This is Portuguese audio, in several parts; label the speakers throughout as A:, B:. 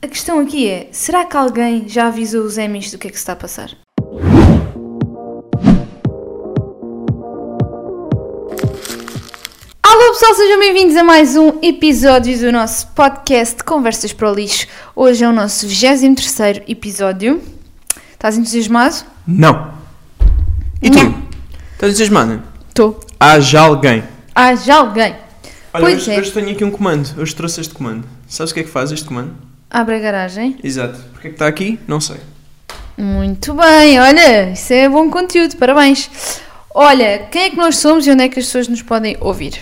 A: A questão aqui é: será que alguém já avisou os Emmys do que é que se está a passar? Alô pessoal, sejam bem-vindos a mais um episódio do nosso podcast Conversas para o Lixo. Hoje é o nosso 23 episódio. Estás entusiasmado?
B: Não. E tu? Então
A: Não.
B: Estás entusiasmado?
A: Estou.
B: Há já alguém.
A: Ah, já alguém.
B: Olha,
A: Pois
B: hoje,
A: é.
B: hoje tenho aqui um comando. Hoje trouxe este comando. Sabes o que é que faz este comando?
A: Abre a garagem.
B: Exato. Porque é que está aqui? Não sei.
A: Muito bem, olha, isso é bom conteúdo, parabéns. Olha, quem é que nós somos e onde é que as pessoas nos podem ouvir?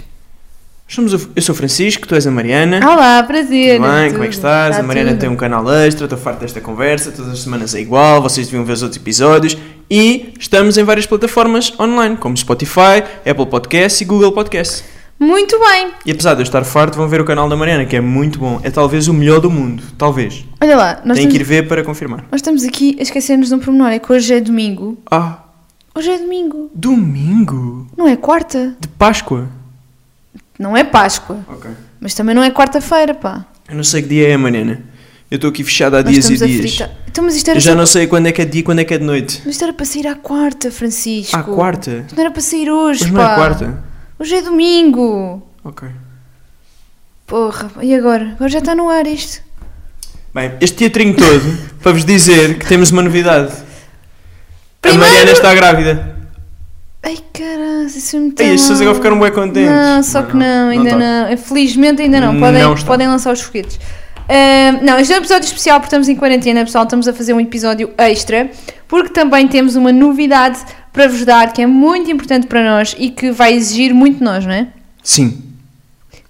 B: Somos o- eu sou o Francisco, tu és a Mariana.
A: Olá, prazer.
B: Tudo bem, como é
A: Ah, tudo.
B: que estás?
A: Está
B: a Mariana
A: tudo.
B: tem um canal extra, estou farto desta conversa, todas as semanas é igual, vocês deviam ver os outros episódios e estamos em várias plataformas online, como Spotify, Apple Podcasts e Google Podcasts.
A: Muito bem.
B: E apesar de eu estar farto, vão ver o canal da Mariana, que é muito bom, é talvez o melhor do mundo, talvez.
A: Olha lá, nós
B: Tem
A: estamos,
B: que ir ver para confirmar.
A: nós estamos aqui a esquecer-nos de um pormenor, é que hoje é domingo.
B: Ah,
A: Hoje é domingo,
B: domingo
A: não é quarta?
B: de Páscoa.
A: Não é Páscoa,
B: Ok.
A: mas também não é quarta-feira, pá.
B: Eu não sei que dia é, Mariana. Eu estou aqui fechado há
A: Nós
B: dias e
A: estamos a
B: dias.
A: fritar. Então, mas isto era,
B: Eu já não sei quando é que é dia e quando é que é de noite.
A: mas isto era para sair à quarta, Francisco.
B: À quarta?
A: Isto não era para sair hoje,
B: Mas
A: pá.
B: não é quarta?
A: Hoje é domingo.
B: Ok.
A: Porra, e agora? Agora já está no ar isto.
B: Bem, este teatrinho todo para vos dizer que temos uma novidade.
A: Primeiro-
B: A Mariana está grávida.
A: Ai caralho, isso é muito
B: Ei, as pessoas
A: mal.
B: agora ficaram bem contentes.
A: Não, só que não, ainda
B: tá.
A: não. Infelizmente ainda não. Podem,
B: Não está.
A: podem lançar os foguetes. Ahm, não, este é um episódio especial porque estamos em quarentena, pessoal. Estamos a fazer um episódio extra porque também temos uma novidade para vos dar que é muito importante para nós e que vai exigir muito de nós, não é?
B: Sim.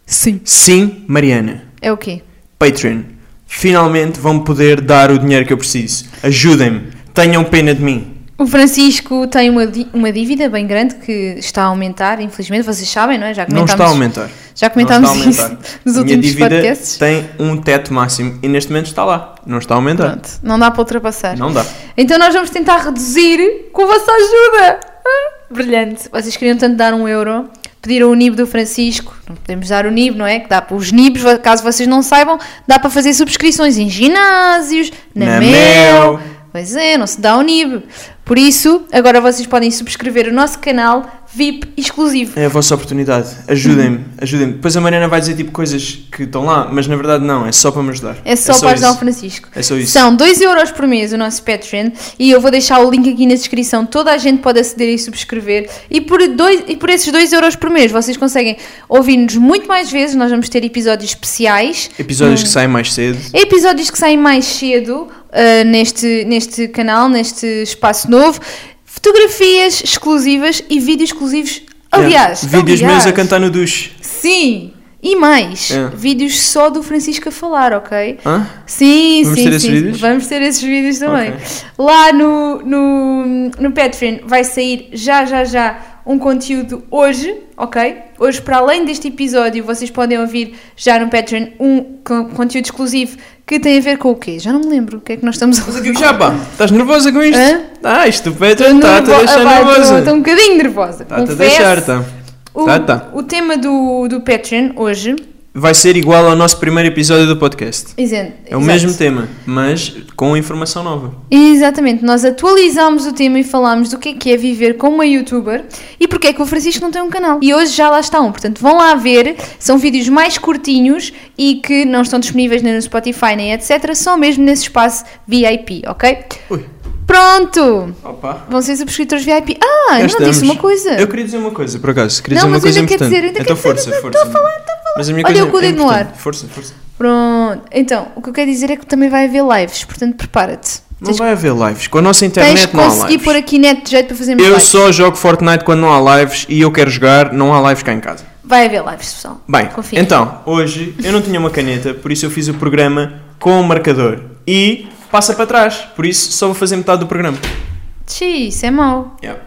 A: Sim.
B: Sim, Mariana.
A: É o quê?
B: Patreon, finalmente vão poder dar o dinheiro que eu preciso. Ajudem-me, tenham pena de mim.
A: O Francisco tem uma, di- uma dívida bem grande que está a aumentar, infelizmente. Vocês sabem, não é? Já
B: Não
A: comentámos,
B: está a aumentar.
A: Já
B: Não está a
A: comentámos isso
B: aumentar.
A: nos
B: A minha
A: últimos
B: dívida
A: podcasts.
B: tem um teto máximo e neste momento está lá. Não está a aumentar.
A: Pronto, não dá para ultrapassar.
B: Não dá.
A: Então nós vamos tentar reduzir com a vossa ajuda. Ah, Brilhante. Vocês queriam tanto dar um euro, pediram o NIB do Francisco. Não podemos dar o NIB, não é? Que dá para os NIBs, vo- caso vocês não saibam, dá para fazer subscrições em ginásios, na,
B: Na
A: Mel.
B: Mel.
A: Pois é, não se dá o NIB. Por isso, agora vocês podem subscrever o nosso canal VIP exclusivo.
B: É a vossa oportunidade. Ajudem-me, ajudem-me. Depois a Mariana vai dizer tipo coisas que estão lá, mas na verdade não, é só para me ajudar.
A: É só, para ajudar o
B: isso.
A: Francisco.
B: É só isso.
A: São 2 euros por mês o nosso Patreon e eu vou deixar o link aqui na descrição. Toda a gente pode aceder e subscrever. E por, dois, e por esses 2 euros por mês vocês conseguem ouvir-nos muito mais vezes. Nós vamos ter episódios especiais.
B: Episódios que saem mais cedo.
A: Episódios que saem mais cedo ah, neste, neste canal, neste espaço novo. Fotografias exclusivas e vídeos exclusivos. Aliás,
B: É. vídeos meus a
A: aliás.
B: cantar no duche.
A: Sim! E mais,
B: É.
A: vídeos só do Francisco a falar, ok?
B: Hã?
A: Sim,
B: Vamos
A: sim,
B: ter esses
A: sim.
B: vídeos?
A: Vamos ter esses vídeos também.
B: Ok.
A: Lá no, no, no Patreon vai sair já, já, já um conteúdo hoje, ok? Hoje, para além deste episódio, vocês podem ouvir já no Patreon um con- conteúdo exclusivo que tem a ver com o quê? Já não me lembro o que é que nós estamos a
B: Mas aqui já pá, estás nervosa com isto?
A: Hã?
B: Ah, isto o Patreon está-te a
A: nervo-
B: deixar
A: Ah, pá, tô-
B: nervosa.
A: Estou um bocadinho nervosa.
B: Está-te a
A: Confesso.
B: deixar, está.
A: O,
B: Tá, tá.
A: o tema do, do Patreon hoje.
B: Vai ser igual ao nosso primeiro episódio do podcast.
A: exen-
B: É o
A: exato.
B: mesmo tema, mas com informação nova.
A: Exatamente, nós atualizámos o tema e falámos do que é que é viver como uma youtuber e porque é que o Francisco não tem um canal. E hoje já lá está um, portanto vão lá ver, são vídeos mais curtinhos e que não estão disponíveis nem no Spotify nem etc, só mesmo nesse espaço VIP, ok?
B: Ui.
A: Pronto!
B: Opa.
A: Vão ser subscritores VIP. Ah, eu
B: Já
A: não
B: estamos.
A: disse uma coisa.
B: Eu queria dizer uma coisa, por acaso. Queria
A: Não,
B: dizer uma
A: mas eu
B: coisa
A: ainda quero
B: importante.
A: dizer, ainda
B: então
A: quero
B: força,
A: dizer,
B: força.
A: estou a falar, estou a falar.
B: Mas a minha
A: Olha,
B: coisa
A: eu com o
B: é
A: dedo no ar.
B: importante. Força, força.
A: Pronto, então, o que eu quero dizer é que também vai haver lives, portanto prepara-te.
B: Não
A: Tens,
B: vai haver lives. Com a nossa
A: tens
B: internet
A: que
B: não há
A: conseguir
B: lives.
A: pôr aqui net de jeito para fazermos
B: Eu
A: lives.
B: só jogo Fortnite quando não há lives e eu quero jogar, não há lives cá em casa.
A: Vai haver lives, pessoal.
B: Bem,
A: Confiem.
B: então, hoje eu não tinha uma caneta, por isso eu fiz o programa com o marcador. E passa para trás, por isso só vou fazer metade do programa.
A: Tchê, isso é mau.
B: Yeah.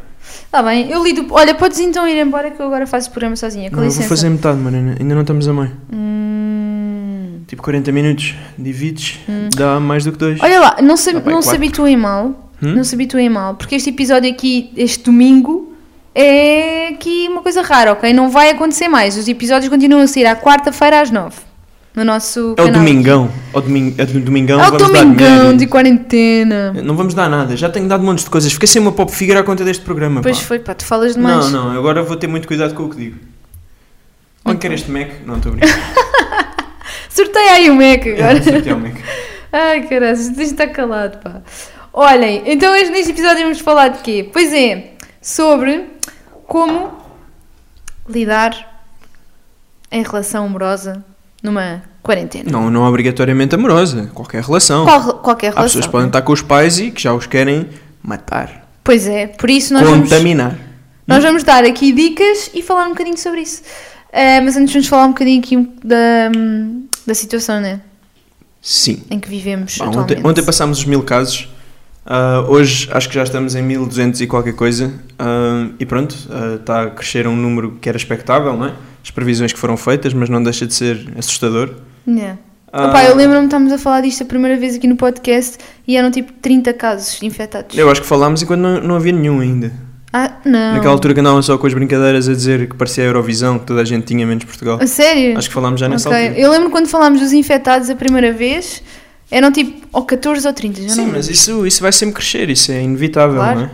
A: Está Tá bem, eu lido. Olha, podes então ir embora que eu agora faço o programa sozinha. Com
B: Não, eu
A: licença.
B: vou fazer metade, Mariana. Ainda não estamos a meio.
A: Hum.
B: Tipo 40 minutos, divides, dá mais do que dois.
A: Olha lá, não se,
B: Tá bem,
A: não se
B: quatro.
A: habituem mal.
B: Hum?
A: Não se habituem mal. Porque este episódio aqui, este domingo, é aqui uma coisa rara, ok? Não vai acontecer mais. Os episódios continuam a sair à quarta-feira às nove. no nosso
B: É o
A: canal.
B: Domingão. Ao domingo, é do Domingão
A: É o
B: vamos dar
A: Domingão
B: dinheiro.
A: de quarentena.
B: Não vamos dar nada, já tenho dado montes de coisas. Fiquei sem uma pop figure à conta deste programa.
A: Pois
B: pá.
A: foi, pá, tu falas demais.
B: Não, não, agora vou ter muito cuidado com o que digo. Onde quer este Mac? Não, estou a brincar.
A: Sorteia aí o Mac
B: Eu
A: agora.
B: não sei o que é o Mac.
A: Ai, caralho, isto está calado, pá. Olhem, então hoje neste episódio vamos falar de quê? Pois é, sobre como lidar em relação amorosa numa quarentena.
B: Não, não é obrigatoriamente amorosa. Qualquer relação.
A: Qual- qualquer
B: Há
A: relação.
B: pessoas que podem estar com os pais e que já os querem matar.
A: Pois é, por isso nós vamos,
B: contaminar.
A: nós vamos dar aqui dicas e falar um bocadinho sobre isso. Eh, mas antes vamos falar um bocadinho aqui da, da situação né,
B: Sim.
A: em que vivemos
B: Pá,
A: atualmente.
B: ontem, ontem passámos os mil casos. Ah, hoje acho que já estamos em 1200 e qualquer coisa. Ah, e pronto, ah, está a crescer um número que era expectável, não é? As previsões que foram feitas, mas não deixa de ser assustador.
A: Yeah.
B: Ah,
A: Opa, eu lembro-me de estarmos a falar disto a primeira vez aqui no podcast e eram tipo 30 casos infectados.
B: eu acho que falámos enquanto não, não havia nenhum ainda.
A: Ah, não.
B: Naquela altura que andavam só com as brincadeiras a dizer que parecia a Eurovisão, que toda a gente tinha menos Portugal.
A: A sério?
B: Acho que falámos já nessa
A: Ok.
B: altura.
A: Eu lembro quando falámos dos infectados a primeira vez, eram tipo ou 14 ou 30, já
B: Sim,
A: não
B: mas isso, isso vai sempre crescer, isso é inevitável,
A: Claro.
B: não é?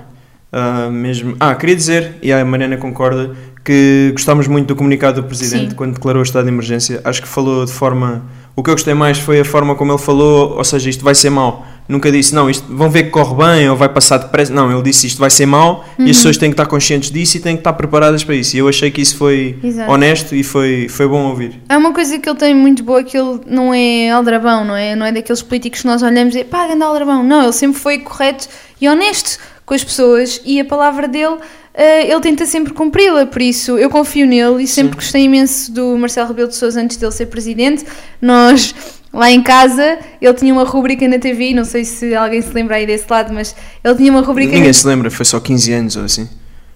B: Ah, mesmo... Ah, queria dizer, e a Mariana concorda, que gostámos muito do comunicado do Presidente
A: Sim.
B: quando declarou o estado de emergência. Acho que falou de forma. O que eu gostei mais foi a forma como ele falou, ou seja, isto vai ser mau. Nunca disse, não, isto vão ver que corre bem ou vai passar depressa. Não, ele disse isto vai ser mau
A: Uhum.
B: e as pessoas têm que estar conscientes disso e têm que estar preparadas para isso. E eu achei que isso foi
A: Exato.
B: honesto e foi, foi bom ouvir.
A: Há É uma coisa que ele tem muito boa que ele não é aldrabão, não é? Não é daqueles políticos que nós olhamos e pá, ganda aldrabão. Não, ele sempre foi correto e honesto com as pessoas e a palavra dele, eh, ele tenta sempre cumpri-la, por isso eu confio nele e sempre gostei imenso do Marcelo Rebelo de Sousa antes dele ser presidente. Nós, lá em casa, ele tinha uma rubrica na TV, não sei se alguém se lembra aí desse lado, mas ele tinha uma rubrica...
B: Ninguém
A: na-
B: se lembra, foi só 15 anos ou assim.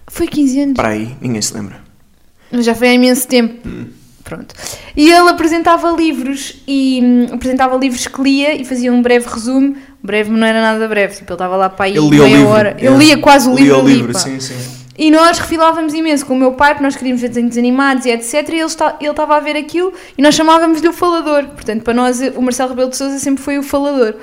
A: Foi 15 anos.
B: Para aí, ninguém se lembra.
A: Mas já foi há imenso tempo. Pronto. E ele apresentava livros e hum, apresentava livros que lia e fazia um breve resumo. Breve não era nada breve, tipo, ele estava lá para aí
B: Ele lia o
A: meia
B: livro.
A: hora. Ele
B: é.
A: lia quase o
B: Lia
A: livro
B: o
A: ali,
B: livro,
A: pá.
B: sim, sim.
A: E nós refilávamos imenso com o meu pai, porque nós queríamos ver desenhos animados e etc. E ele está- ele estava a ver aquilo e nós chamávamos-lhe o falador. Portanto, para nós, o Marcelo Rebelo de Souza sempre foi o falador.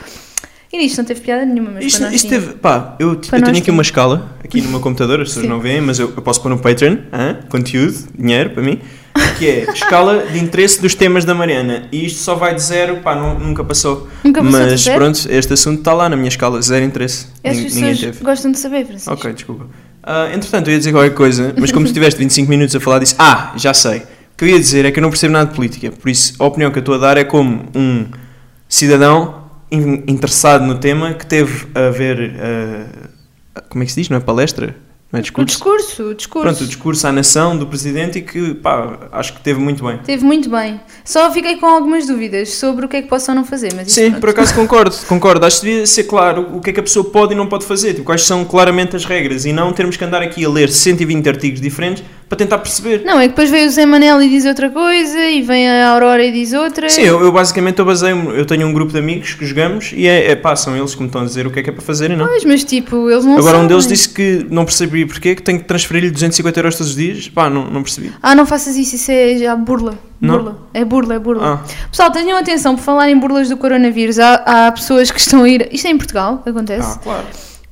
A: E nisto não teve piada nenhuma, mas
B: Isto,
A: para nós
B: isto
A: tinha.
B: teve, pá, eu, t-
A: Para
B: eu
A: nós
B: tenho aqui
A: tinha.
B: uma escala, aqui no meu computador, as pessoas
A: Sim.
B: não veem, mas eu, eu posso pôr no Patreon, hã? conteúdo, dinheiro para mim, que é escala de interesse dos temas da Mariana. E isto só vai de zero, pá, nu- nunca passou.
A: Nunca passou de
B: mas
A: zero?
B: pronto, este assunto está lá na minha escala, zero interesse.
A: As
B: Nin- Ninguém
A: pessoas
B: teve.
A: gostam de saber, Francisco.
B: Ok, desculpa. Ah, entretanto, eu ia dizer qualquer coisa, mas como tu tiveste 25 minutos a falar disso, ah, já sei. O que eu ia dizer é que eu não percebo nada de política, por isso a opinião que eu estou a dar é como um cidadão in- interessado no tema que teve a ver. ah, como é que se diz? Não é palestra? Não é
A: O
B: discurso?
A: discurso, o discurso.
B: Pronto, o discurso à nação do presidente e que, pá, acho que teve muito bem.
A: Teve muito bem. Só fiquei com algumas dúvidas sobre o que é que posso ou não fazer, mas isso
B: Sim,
A: pronto.
B: por acaso concordo, concordo. Acho que devia ser claro o que é que a pessoa pode e não pode fazer, tipo, quais são claramente as regras e não termos que andar aqui a ler 120 artigos diferentes para tentar perceber.
A: Não, é que depois veio o Zé Manel e diz outra coisa, e vem a Aurora e diz outra.
B: Sim, eu, eu basicamente eu baseio-me, eu tenho um grupo de amigos que jogamos e é, é pá, são eles que me estão a dizer o que é que é para fazer e não.
A: Pois, mas tipo, eles não
B: Agora um
A: sabem.
B: deles disse que não percebi porquê, que tenho que transferir-lhe 250 euros todos os dias, pá, não, não percebi.
A: Ah, não faças isso, isso é já burla.
B: Não?
A: Burla. É burla, é burla.
B: Ah,
A: Pessoal, tenham atenção, por falar em burlas do coronavírus, há, há pessoas que estão a ir. Isto é em Portugal, que acontece?
B: ah, claro.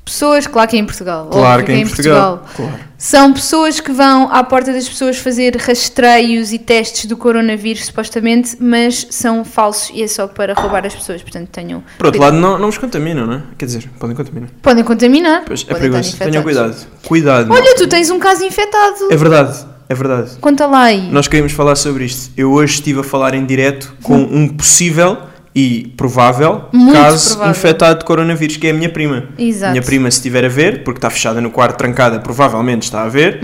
A: Pessoas, claro que é em Portugal.
B: Claro
A: óbvio
B: que é em Portugal. Claro.
A: São pessoas que vão à porta das pessoas fazer rastreios e testes do coronavírus, supostamente, mas são falsos e é só para roubar as pessoas. Portanto, tenham.
B: Por outro lado, não, não os contaminam, não é? Quer dizer, podem contaminar.
A: Podem contaminar.
B: Pois, é
A: podem
B: perigoso.
A: estar
B: Tenham
A: infectados.
B: cuidado. Cuidado.
A: Olha, tu tens um caso infectado.
B: É verdade, é verdade.
A: Conta lá aí.
B: Nós queríamos falar sobre isto. Eu hoje estive a falar em direto com um possível e provável
A: Muito
B: caso
A: provável.
B: infectado de coronavírus, que é a minha prima.
A: Exato.
B: Minha prima, se estiver a ver, porque está fechada no quarto, trancada, provavelmente está a ver,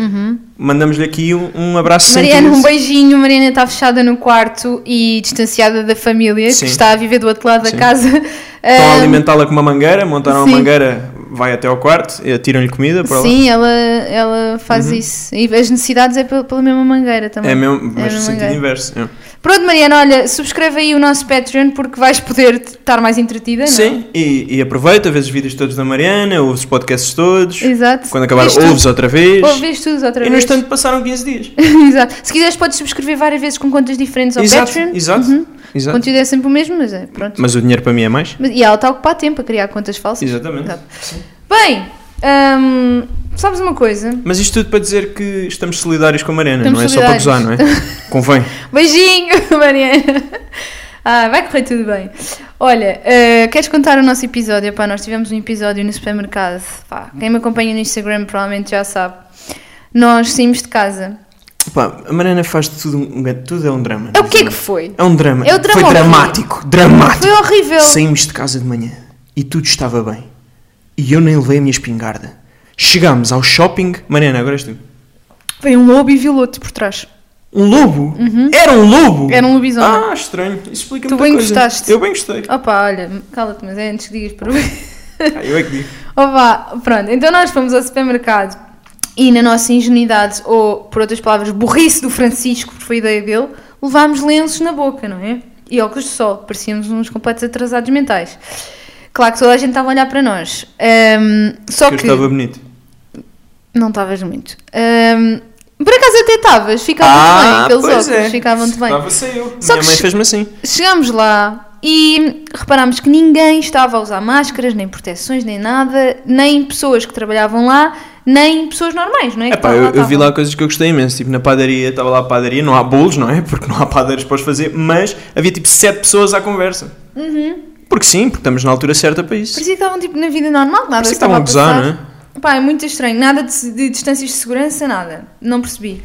B: mandamos-lhe aqui um, um abraço
A: Uhum. Mariana, um
B: sentido.
A: beijinho. Mariana está fechada no quarto e distanciada da família,
B: Sim.
A: que está a viver do outro lado
B: Sim.
A: da casa.
B: Estão a
A: Ahm,
B: alimentá-la com uma mangueira, montaram
A: Sim.
B: uma mangueira, vai até ao quarto, eh, tiram-lhe comida para lá.
A: Sim, ela, ela faz isso. E as necessidades é pela, pela mesma mangueira também.
B: Uhum. É mesmo, mas
A: É
B: no
A: mesmo
B: sentido
A: mangueira.
B: inverso. é.
A: Pronto, Mariana, olha, subscreve aí o nosso Patreon porque vais poder estar mais entretida, não é?
B: Sim, e, e aproveita, vês os vídeos todos da Mariana, ouves os podcasts todos.
A: Exato.
B: Quando acabar,
A: Vês tudo.
B: ouves outra vez.
A: Ouves tudo outra
B: e no
A: vez.
B: instante passaram 15 dias.
A: Exato. Se quiseres, podes subscrever várias vezes com contas diferentes ao
B: exato,
A: Patreon.
B: exato,
A: Uhum. O
B: exato.
A: conteúdo é sempre o mesmo, mas é, pronto.
B: Mas o dinheiro para mim é mais.
A: Mas- E ela está a ocupar tempo a criar contas falsas.
B: Exatamente.
A: Exato. Bem, hum, sabes uma coisa?
B: Mas isto tudo para dizer que estamos solidários com a Mariana,
A: Estamos
B: não é só para gozar, não é?
A: solidários.
B: Convém.
A: Beijinho, Mariana. Ah, vai correr tudo bem. Olha, eh, queres contar o nosso episódio? Pá, nós tivemos um episódio no supermercado. Pá, quem me acompanha no Instagram provavelmente já sabe. Nós saímos de casa.
B: Pá, a Mariana faz de tudo, um grande- tudo é um drama.
A: É
B: não
A: o que é que foi?
B: É um drama.
A: É o drama
B: Foi
A: horrível.
B: dramático, dramático.
A: Foi horrível.
B: Saímos de casa de manhã e tudo estava bem. E eu nem levei a minha espingarda. Chegámos ao shopping. Mariana, agora és tu.
A: Veio um lobo e viu-lo-te por trás.
B: Um lobo? Era um lobo?
A: Uhum. Era um lobisomem.
B: Ah, estranho. Isso explica
A: Tu
B: muita
A: bem
B: coisa.
A: gostaste.
B: Eu bem gostei.
A: Opa, olha, cala-te, mas é antes de digas para
B: Ah, eu é que digo.
A: Opa, pronto, então nós fomos ao supermercado e na nossa ingenuidade, ou por outras palavras, burrice do Francisco, porque foi ideia dele, levámos lenços na boca, não é? E óculos de sol, parecíamos uns completos atrasados mentais. Claro que toda a gente estava a olhar para nós. Ahm, só
B: Que eu
A: que.
B: estava bonito.
A: Não estavas muito. Ahm, por acaso até estavas,
B: Ah,
A: ficavam-te bem, aqueles
B: é.
A: óculos ficavam-te bem.
B: Estava-se eu.
A: Só
B: Minha
A: que
B: mãe
A: che-
B: fez-me assim.
A: Chegámos lá e reparámos que ninguém estava a usar máscaras, nem proteções, nem nada, nem pessoas que trabalhavam lá, nem pessoas normais, não é? Que
B: Epá,
A: estavam
B: eu, eu vi lá
A: estavam.
B: coisas que eu gostei imenso. Tipo, na padaria, estava lá a padaria, não há bolos, não é? Porque não há padeiros para os fazer, mas havia tipo sete pessoas à conversa.
A: Uhum.
B: Porque sim, porque estamos na altura certa para isso.
A: Parecia que estavam tipo na vida normal, nada
B: Parecia
A: se
B: que
A: estava
B: estavam
A: a
B: a gozar,
A: passar.
B: não
A: Pá, é muito estranho, nada de, de distâncias de segurança, nada, não percebi.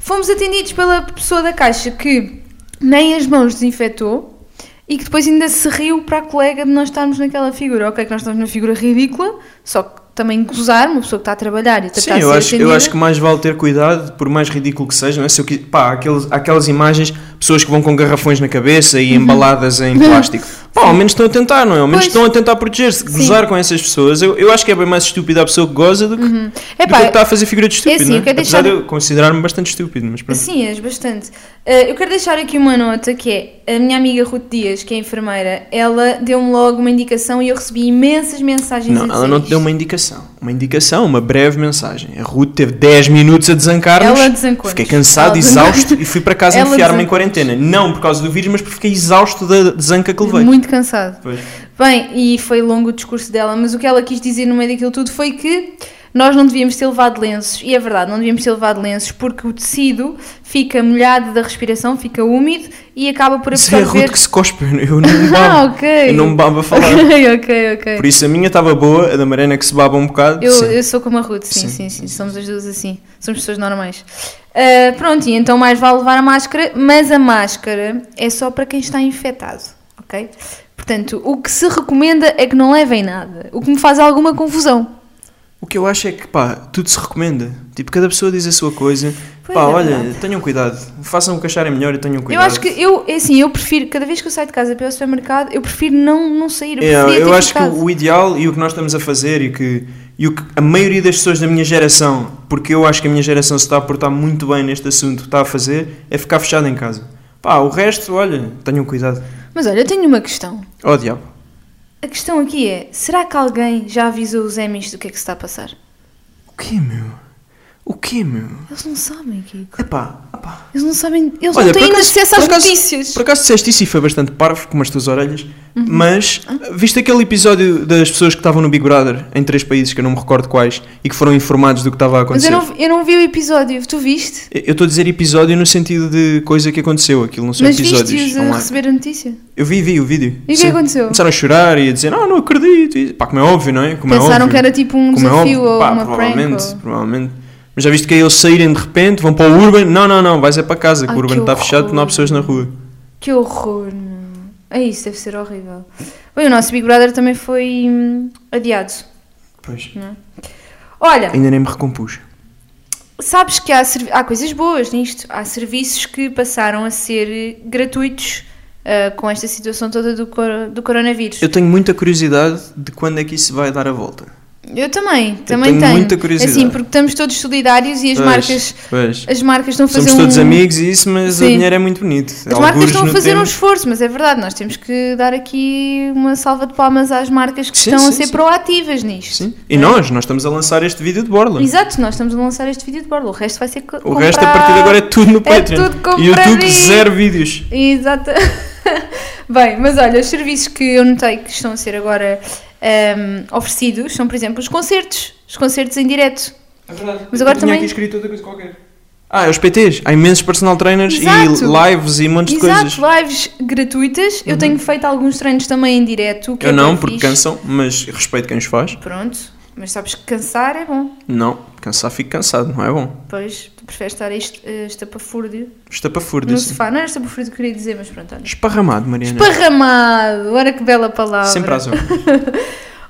A: Fomos atendidos pela pessoa da caixa que nem as mãos desinfetou e que depois ainda se riu para a colega de nós estarmos naquela figura. Ok, que nós estamos numa figura ridícula, só que também gozar, uma pessoa que está a trabalhar e até
B: Sim,
A: está a
B: eu
A: ser
B: acho, eu
A: atendida.
B: acho que mais vale ter cuidado, por mais ridículo que seja, não é? Se eu quis, pá, aqueles, aquelas imagens, pessoas que vão com garrafões na cabeça e embaladas em plástico. Pá, ao menos estão a tentar, não é? Ao menos
A: Uhum. Pois.
B: estão a tentar proteger-se. Gozar com essas pessoas, eu, eu acho que é bem mais estúpida a pessoa que goza do que, do que
A: Uhum. Epá,
B: a que está a fazer figura de estúpido,
A: assim,
B: não é?
A: eu quero
B: Apesar
A: deixar-
B: de eu considerar-me bastante estúpido, mas pronto.
A: Sim, és bastante. Eh, eu quero deixar aqui uma nota que é a minha amiga Ruth Dias, que é enfermeira, ela deu-me logo uma indicação e eu recebi imensas mensagens.
B: Não,
A: a
B: ela
A: dizer
B: não te
A: isto.
B: deu uma indicação. Uma indicação, uma breve mensagem. A Ruth teve 10 minutos a desancar-nos.
A: Ela desancou-nos.
B: Fiquei cansado,
A: Ela desancou-
B: exausto e fui para casa
A: Ela
B: enfiar-me em
A: desancou-nos.
B: quarentena. Não por causa do vírus, mas porque fiquei exausto da desanca que levei.
A: Muito cansado.
B: Pois.
A: Bem, e foi longo o discurso dela, mas o que ela quis dizer no meio daquilo tudo foi que nós não devíamos ter levado lenços, e é verdade, não devíamos ter levado lenços, porque o tecido fica molhado da respiração, fica úmido e acaba por
B: Isso é a Ruth
A: absorver.
B: que se cospe. Eu não me babo.
A: ah, ok.
B: Eu não me babo a falar.
A: ok, ok, ok.
B: Por isso a minha estava boa, a da Mariana que se baba um bocado.
A: Eu,
B: sim.
A: eu sou como a Ruth, sim, sim,
B: Sim,
A: sim, Somos as duas assim. Somos pessoas normais. Ah, pronto, e então mais vale levar a máscara, mas a máscara é só para quem está infectado, ok? Portanto, o que se recomenda é que não levem nada, o que me faz alguma confusão.
B: O que eu acho é que, pá, tudo se recomenda. Tipo, cada pessoa diz a sua coisa.
A: Pois
B: pá,
A: é
B: olha,
A: verdade.
B: tenham cuidado. Façam o que acharem melhor e tenham cuidado.
A: Eu acho que, eu, é assim, eu prefiro, cada vez que eu saio de casa para ir ao supermercado, eu prefiro não, não sair. Eu,
B: É,
A: preferia
B: eu
A: ter
B: acho que
A: ficado.
B: o ideal e o que nós estamos a fazer e, que, e o que a maioria das pessoas da minha geração, porque eu acho que a minha geração se está a portar muito bem neste assunto, está a fazer, é ficar fechado em casa. Pá, o resto, olha, tenham cuidado.
A: Mas olha, eu tenho uma questão.
B: Oh, diabo.
A: A questão aqui é: será que alguém já avisou os Emmys do que é que se está a passar?
B: O quê, meu? O quê, meu?
A: Eles não sabem, Kiko.
B: Epá, epá.
A: Eles não sabem, eles
B: Olha,
A: não têm
B: por
A: ainda
B: acaso-
A: acesso às
B: por acaso-
A: notícias.
B: Por acaso disseste isso e foi bastante parvo, com as tuas orelhas,
A: Uhum.
B: mas
A: Ah?
B: viste aquele episódio das pessoas que estavam no Big Brother, em três países que eu não me recordo quais, e que foram informados do que estava a
A: Mas
B: acontecer?
A: eu não, eu não vi o episódio, tu viste?
B: Eu estou a dizer episódio no sentido de coisa que aconteceu, aquilo não são
A: Mas
B: episódios.
A: viste-os
B: online.
A: a receber a notícia?
B: Eu vi, vi o vídeo.
A: E o que
B: Sim.
A: aconteceu?
B: Começaram a chorar e a dizer, ah, não acredito. E, pá, como é óbvio, não é? Como é
A: Pensaram
B: óbvio.
A: que era tipo um
B: Como é
A: desafio
B: óbvio.
A: ou
B: Pá,
A: uma prank.
B: provavelmente,
A: Ou...
B: provavelmente. Mas já viste que é eles saírem de repente, vão para o Urban? Não, não, não, vais é para casa, que
A: Ai,
B: o Urban
A: que
B: está fechado, não há
A: horror.
B: pessoas na rua.
A: Que horror, meu. É isso, deve ser horrível. Bem, o nosso Big Brother também foi hum, adiado.
B: Pois,
A: Olha,
B: ainda nem me recompus.
A: sabes que há, servi- há coisas boas nisto. Há serviços que passaram a ser gratuitos ah, com esta situação toda do, cor- do coronavírus.
B: Eu tenho muita curiosidade de quando é que isso vai dar a volta.
A: Eu também, também
B: tenho
A: tenho.
B: muita curiosidade.
A: Assim, porque estamos todos solidários e as
B: Pois,
A: marcas
B: pois.
A: as marcas estão a fazer
B: Somos
A: um...
B: todos amigos e isso, mas o
A: Sim.
B: dinheiro é muito bonito.
A: As marcas estão a fazer um esforço, mas é verdade, nós temos que dar aqui uma salva de palmas às marcas que
B: Sim,
A: estão a
B: sim,
A: ser
B: sim.
A: proativas nisto.
B: Sim. E nós, nós estamos a lançar este vídeo de borla.
A: Exato, nós estamos a lançar este vídeo de bordo, o resto vai ser co-
B: O resto, a partir de agora, é tudo no Patreon.
A: tudo compradinho.
B: YouTube, zero vídeos.
A: Exato. Bem, mas olha, os serviços que eu notei que estão a ser agora ehm, oferecidos são, por exemplo, os concertos, os concertos em direto.
B: É verdade.
A: Mas agora
B: tinha
A: também-
B: aqui escrito outra coisa qualquer. Ah, é os PTs. Há imensos personal trainers
A: Exato.
B: e lives e montes de
A: Exato,
B: coisas. Uhum.
A: lives gratuitas. Eu tenho feito alguns treinos também em direto. que
B: Eu
A: é
B: não,
A: bem
B: porque
A: fixe.
B: cansam, mas respeito quem os faz.
A: Pronto, mas sabes que cansar é bom.
B: Não, cansar fico cansado, não é bom.
A: Pois, tu preferes estar est- eh, estapafúrdio
B: Estapafúrdio.
A: no
B: assim.
A: sofá. Não era estapafúrdio que eu queria dizer, mas pronto, olha.
B: Esparramado, Mariana.
A: Esparramado! Olha que bela palavra.
B: Sempre às horas.